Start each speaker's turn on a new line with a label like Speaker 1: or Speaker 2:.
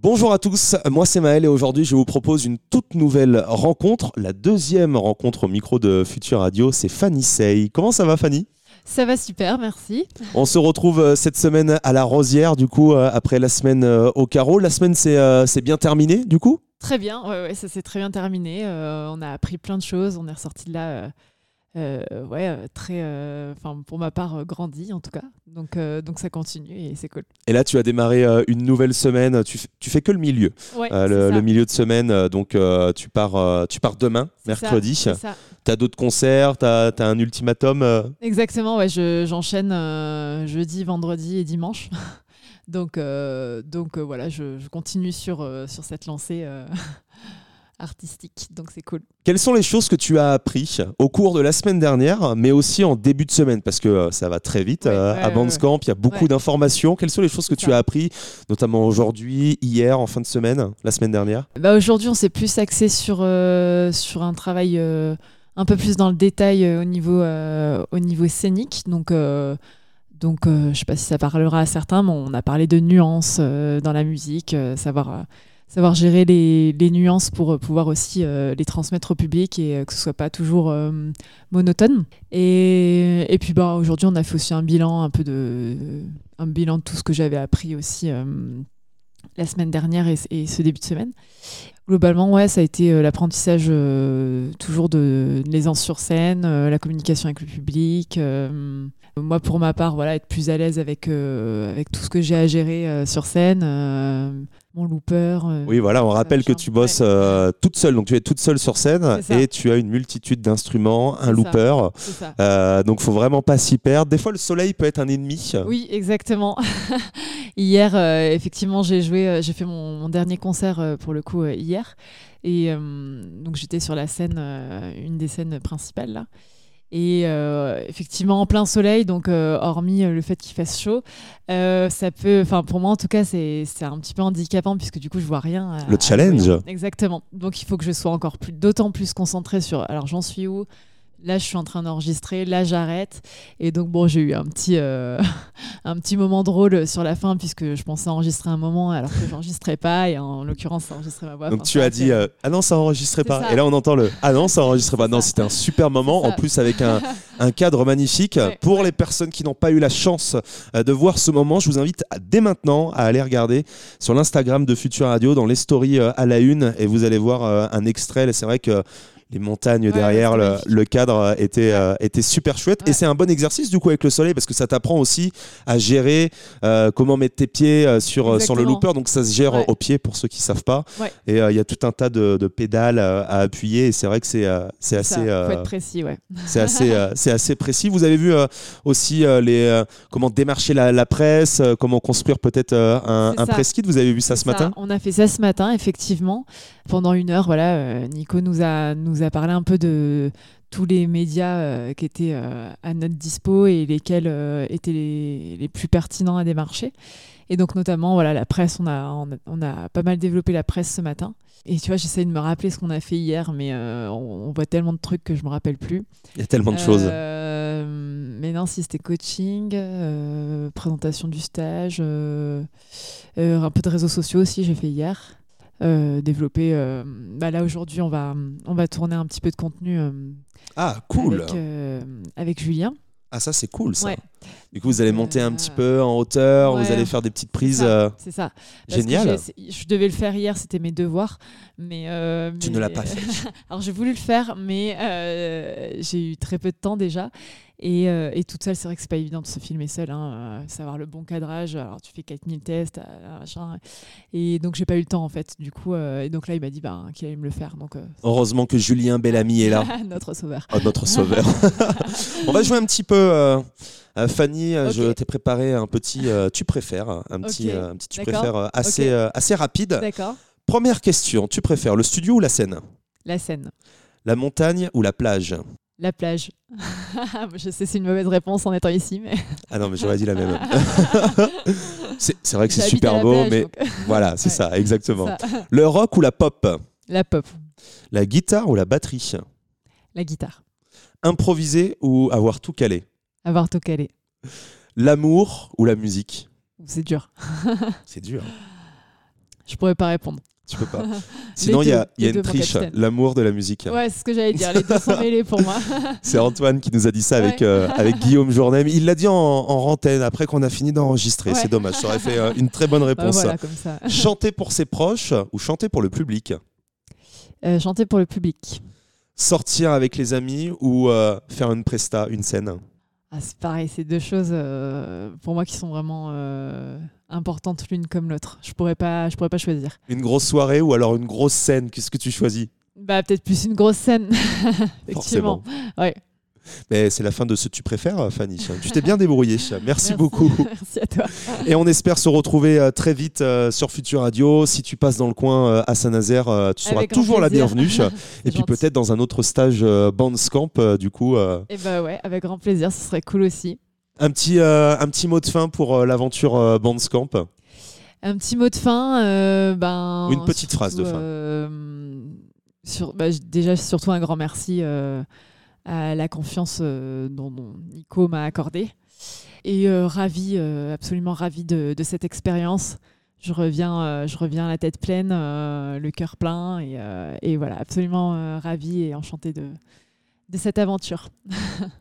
Speaker 1: Bonjour à tous, moi c'est Maël et aujourd'hui je vous propose une toute nouvelle rencontre, la deuxième rencontre au micro de Future Radio, c'est Fanny Sey. Comment ça va Fanny
Speaker 2: Ça va super, merci.
Speaker 1: On se retrouve euh, cette semaine à la Rosière du coup euh, après la semaine euh, au carreau. La semaine c'est euh, c'est bien terminé du coup
Speaker 2: Très bien, ouais, ouais, ça s'est très bien terminé. Euh, on a appris plein de choses, on est ressorti de là, euh, euh, ouais, euh, très, euh, enfin pour ma part, euh, grandi en tout cas. Donc, euh, donc ça continue et c'est cool.
Speaker 1: Et là tu as démarré euh, une nouvelle semaine, tu, f- tu fais que le milieu,
Speaker 2: Ouais,
Speaker 1: Euh,
Speaker 2: c'est
Speaker 1: le,
Speaker 2: ça,
Speaker 1: le milieu de semaine, euh, donc euh, tu, pars, euh, tu pars demain,
Speaker 2: c'est ça,
Speaker 1: mercredi.
Speaker 2: c'est ça.
Speaker 1: T'as d'autres concerts, t'as as un ultimatum euh,
Speaker 2: Exactement, ouais, je- j'enchaîne euh, jeudi, vendredi et dimanche. donc, euh, donc euh, voilà, je, je continue sur, euh, sur cette lancée euh, artistique, donc c'est cool.
Speaker 1: Quelles sont les choses que tu as appris au cours de la semaine dernière, mais aussi en début de semaine Parce que euh, ça va très vite
Speaker 2: Ouais,
Speaker 1: euh,
Speaker 2: ouais,
Speaker 1: à
Speaker 2: ouais,
Speaker 1: Bandscamp, il y a beaucoup
Speaker 2: Ouais.
Speaker 1: d'informations. Quelles sont les choses que
Speaker 2: C'est
Speaker 1: tu
Speaker 2: ça.
Speaker 1: as appris, notamment aujourd'hui, hier, en fin de semaine, la semaine dernière
Speaker 2: Bah, Aujourd'hui, on s'est plus axé sur, euh, sur un travail euh, un peu plus dans le détail euh, au, niveau, euh, au niveau scénique. Donc, euh, donc euh, je ne sais pas si ça parlera à certains, mais on a parlé de nuances euh, dans la musique, euh, savoir, euh, savoir gérer les, les nuances pour euh, pouvoir aussi euh, les transmettre au public et euh, que ce soit pas toujours euh, monotone. Et, et puis bah, aujourd'hui, on a fait aussi un bilan un peu de, un bilan de tout ce que j'avais appris aussi. euh, la semaine dernière et, et ce début de semaine. Globalement, ouais, ça a été euh, l'apprentissage euh, toujours de de l'aisance sur scène, euh, la communication avec le public. euh, moi, pour ma part, voilà, être plus à l'aise avec, euh, avec tout ce que j'ai à gérer euh, sur scène, euh, mon looper. euh,
Speaker 1: Oui, voilà, on
Speaker 2: ça,
Speaker 1: rappelle que
Speaker 2: machin.
Speaker 1: tu bosses
Speaker 2: Ouais.
Speaker 1: euh, toute seule, donc tu es toute seule sur scène
Speaker 2: C'est ça.
Speaker 1: et tu as une multitude d'instruments, un
Speaker 2: C'est ça.
Speaker 1: looper.
Speaker 2: C'est ça.
Speaker 1: Euh, donc faut vraiment pas s'y perdre. Des fois, le soleil peut être un ennemi.
Speaker 2: Oui, exactement. hier, euh, effectivement, j'ai joué, euh, j'ai fait mon, mon dernier concert euh, pour le coup euh, hier, et euh, donc j'étais sur la scène, euh, une des scènes principales là. Et euh, effectivement, en plein soleil, donc euh, hormis euh, le fait qu'il fasse chaud, euh, ça peut, enfin pour moi en tout cas, c'est c'est un petit peu handicapant puisque du coup je vois rien. à-
Speaker 1: Le
Speaker 2: à
Speaker 1: challenge.
Speaker 2: jouer. Exactement. Donc il faut que je sois encore plus, d'autant plus concentrée sur. Alors j'en suis où Là, je suis en train d'enregistrer. Là, j'arrête. Et donc bon, j'ai eu un petit, euh, un petit moment drôle sur la fin puisque je pensais enregistrer un moment alors que j'enregistrais pas et en l'occurrence, ça enregistrait ma voix.
Speaker 1: Donc
Speaker 2: Enfin,
Speaker 1: tu
Speaker 2: ça,
Speaker 1: as
Speaker 2: c'est-
Speaker 1: dit euh, ah non ça enregistrait
Speaker 2: C'est
Speaker 1: pas
Speaker 2: ça.
Speaker 1: et là on entend le ah non ça enregistrait pas
Speaker 2: C'est
Speaker 1: non
Speaker 2: ça.
Speaker 1: c'était un super moment
Speaker 2: C'est
Speaker 1: en
Speaker 2: ça.
Speaker 1: plus avec un, un cadre magnifique
Speaker 2: Ouais,
Speaker 1: pour
Speaker 2: ouais.
Speaker 1: les personnes qui n'ont pas eu la chance euh, de voir ce moment je vous invite à- dès maintenant à aller regarder sur l'Instagram de Future Radio dans les stories euh, à la une et vous allez voir euh, un extrait Là, c'est vrai que les montagnes
Speaker 2: Ouais,
Speaker 1: derrière
Speaker 2: c'est
Speaker 1: le,
Speaker 2: magnifique.
Speaker 1: le cadre euh, était euh, était super chouette et
Speaker 2: Ouais.
Speaker 1: c'est un bon exercice du coup avec le soleil parce que ça t'apprend aussi à gérer euh, comment mettre tes pieds euh, sur euh, sur le
Speaker 2: Exactement.
Speaker 1: looper donc ça se gère euh,
Speaker 2: Ouais.
Speaker 1: au pied pour ceux qui savent pas
Speaker 2: Ouais.
Speaker 1: et euh, il y a tout un tas de, de pédales euh, à appuyer. Et c'est vrai que c'est euh, c'est
Speaker 2: Ça,
Speaker 1: assez, euh,
Speaker 2: faut être précis, ouais.
Speaker 1: c'est assez, euh, c'est assez précis. Vous avez vu euh, aussi euh, les, euh, comment démarcher la, la presse, euh, comment construire peut-être euh, un,
Speaker 2: C'est
Speaker 1: un
Speaker 2: ça.
Speaker 1: press kit. Vous avez vu ça
Speaker 2: C'est
Speaker 1: ce matin
Speaker 2: On a fait ça ce matin, effectivement. Pendant une heure, voilà, euh, Nico nous a, nous a parlé un peu de tous les médias euh, qui étaient euh, à notre dispo et lesquels euh, étaient les, les plus pertinents à démarcher. Et donc, notamment, voilà, la presse, on a, on a, on a pas mal développé la presse ce matin. Et tu vois, j'essaye de me rappeler ce qu'on a fait hier, mais euh, on, on voit tellement de trucs que je me rappelle plus.
Speaker 1: Il y a tellement de choses.
Speaker 2: Euh, mais non, si c'était coaching, euh, présentation du stage, euh, euh, un peu de réseaux sociaux aussi, j'ai fait hier. Euh, développer. euh, bah là aujourd'hui, on va on va tourner un petit peu de contenu euh,
Speaker 1: Ah, cool.
Speaker 2: avec, euh, avec Julien.
Speaker 1: Ah, ça, c'est cool ça.
Speaker 2: Ouais.
Speaker 1: Du coup, vous allez monter un
Speaker 2: Euh,
Speaker 1: petit peu en hauteur, vous
Speaker 2: ouais.
Speaker 1: allez faire des petites prises.
Speaker 2: ça.
Speaker 1: euh,
Speaker 2: C'est ça. Parce que
Speaker 1: génial.
Speaker 2: j'ai essayé- Je devais le faire hier, c'était mes devoirs, mais euh,
Speaker 1: Tu
Speaker 2: mais-
Speaker 1: ne l'as pas fait.
Speaker 2: Alors j'ai voulu le faire, mais euh, j'ai eu très peu de temps déjà. Et, euh, et toute seule, c'est vrai que c'est pas évident de se filmer seule, hein, euh, savoir le bon cadrage. Alors tu fais 4000 tests, euh, machin. Et donc j'ai pas eu le temps en fait. Du coup, euh, et donc là il m'a dit bah, qu'il allait me le faire. Donc euh,
Speaker 1: Heureusement que Julien Bellamy est là.
Speaker 2: notre sauveur.
Speaker 1: Oh, notre sauveur. On va jouer un petit peu. euh, euh, Fanny, euh, je
Speaker 2: Ok.
Speaker 1: t'ai préparé un petit euh, tu préfères, un petit,
Speaker 2: Ok,
Speaker 1: euh, un petit tu
Speaker 2: d'accord.
Speaker 1: préfères euh, assez,
Speaker 2: Ok.
Speaker 1: euh, assez rapide.
Speaker 2: D'accord.
Speaker 1: Première question, tu préfères le studio ou la scène
Speaker 2: La scène,
Speaker 1: La montagne ou la plage
Speaker 2: la plage. je sais c'est une mauvaise réponse en étant ici, mais
Speaker 1: Ah non, mais j'aurais dit la même. c'est c'est vrai que c'est
Speaker 2: j'habite à
Speaker 1: super
Speaker 2: la
Speaker 1: beau,
Speaker 2: plage,
Speaker 1: mais
Speaker 2: donc,
Speaker 1: voilà, c'est
Speaker 2: Ouais,
Speaker 1: ça, exactement.
Speaker 2: ça.
Speaker 1: Le rock ou la pop
Speaker 2: La pop,
Speaker 1: La guitare ou la batterie
Speaker 2: la guitare,
Speaker 1: Improviser ou avoir tout calé
Speaker 2: avoir tout calé.
Speaker 1: L'amour ou la musique
Speaker 2: C'est dur.
Speaker 1: C'est dur.
Speaker 2: Je pourrais pas répondre.
Speaker 1: Tu peux pas. Sinon, il y a,
Speaker 2: deux-
Speaker 1: il y a
Speaker 2: les
Speaker 1: une
Speaker 2: deux, mon
Speaker 1: triche,
Speaker 2: capitaine.
Speaker 1: l'amour de la musique.
Speaker 2: Ouais, c'est ce que j'allais dire. Les deux sont mêlés pour moi.
Speaker 1: C'est Antoine qui nous a dit ça avec,
Speaker 2: Ouais.
Speaker 1: euh, avec Guillaume Journem. Il l'a dit en, en antenne après qu'on a fini d'enregistrer.
Speaker 2: Ouais.
Speaker 1: C'est dommage, ça aurait fait euh, une très bonne
Speaker 2: Bah,
Speaker 1: réponse.
Speaker 2: voilà, comme ça.
Speaker 1: Chanter pour ses proches ou chanter pour le public
Speaker 2: Euh, chanter pour le public.
Speaker 1: Sortir avec les amis ou euh, faire une presta, une scène
Speaker 2: Ah, c'est pareil, c'est deux choses euh, pour moi qui sont vraiment euh, importantes l'une comme l'autre. Je pourrais pas, je pourrais pas choisir.
Speaker 1: Une grosse soirée ou alors une grosse scène Qu'est-ce que tu choisis
Speaker 2: Bah peut-être plus une grosse scène. Effectivement.
Speaker 1: Forcément.
Speaker 2: Ouais.
Speaker 1: Mais c'est la fin de ce Tu préfères, Fanny. Tu t'es bien débrouillée. Merci, beaucoup.
Speaker 2: Merci à toi.
Speaker 1: Et on espère se retrouver euh, très vite euh, sur Future Radio. Si tu passes dans le coin euh, à Saint-Nazaire, euh, tu seras
Speaker 2: Avec grand
Speaker 1: toujours la
Speaker 2: plaisir.
Speaker 1: bienvenue. Et puis
Speaker 2: gentil.
Speaker 1: peut-être dans un autre stage euh, Bandscamp, euh, du coup. euh,
Speaker 2: Et bah ouais, avec grand plaisir, ce serait cool aussi.
Speaker 1: un, petit, euh, un petit mot de fin pour euh, l'aventure euh, Bandscamp.
Speaker 2: Un petit mot de fin. euh, ben,
Speaker 1: Une petite phrase de
Speaker 2: surtout,
Speaker 1: fin.
Speaker 2: euh, sur, bah, j- déjà, surtout un grand merci euh, à la confiance euh, dont, dont Nico m'a accordé. Et euh, ravi, euh, absolument ravi de, de cette expérience. Je reviens, euh, je reviens la tête pleine, euh, le cœur plein. euh, Et, euh, et voilà, absolument ravi et enchanté de, de cette aventure.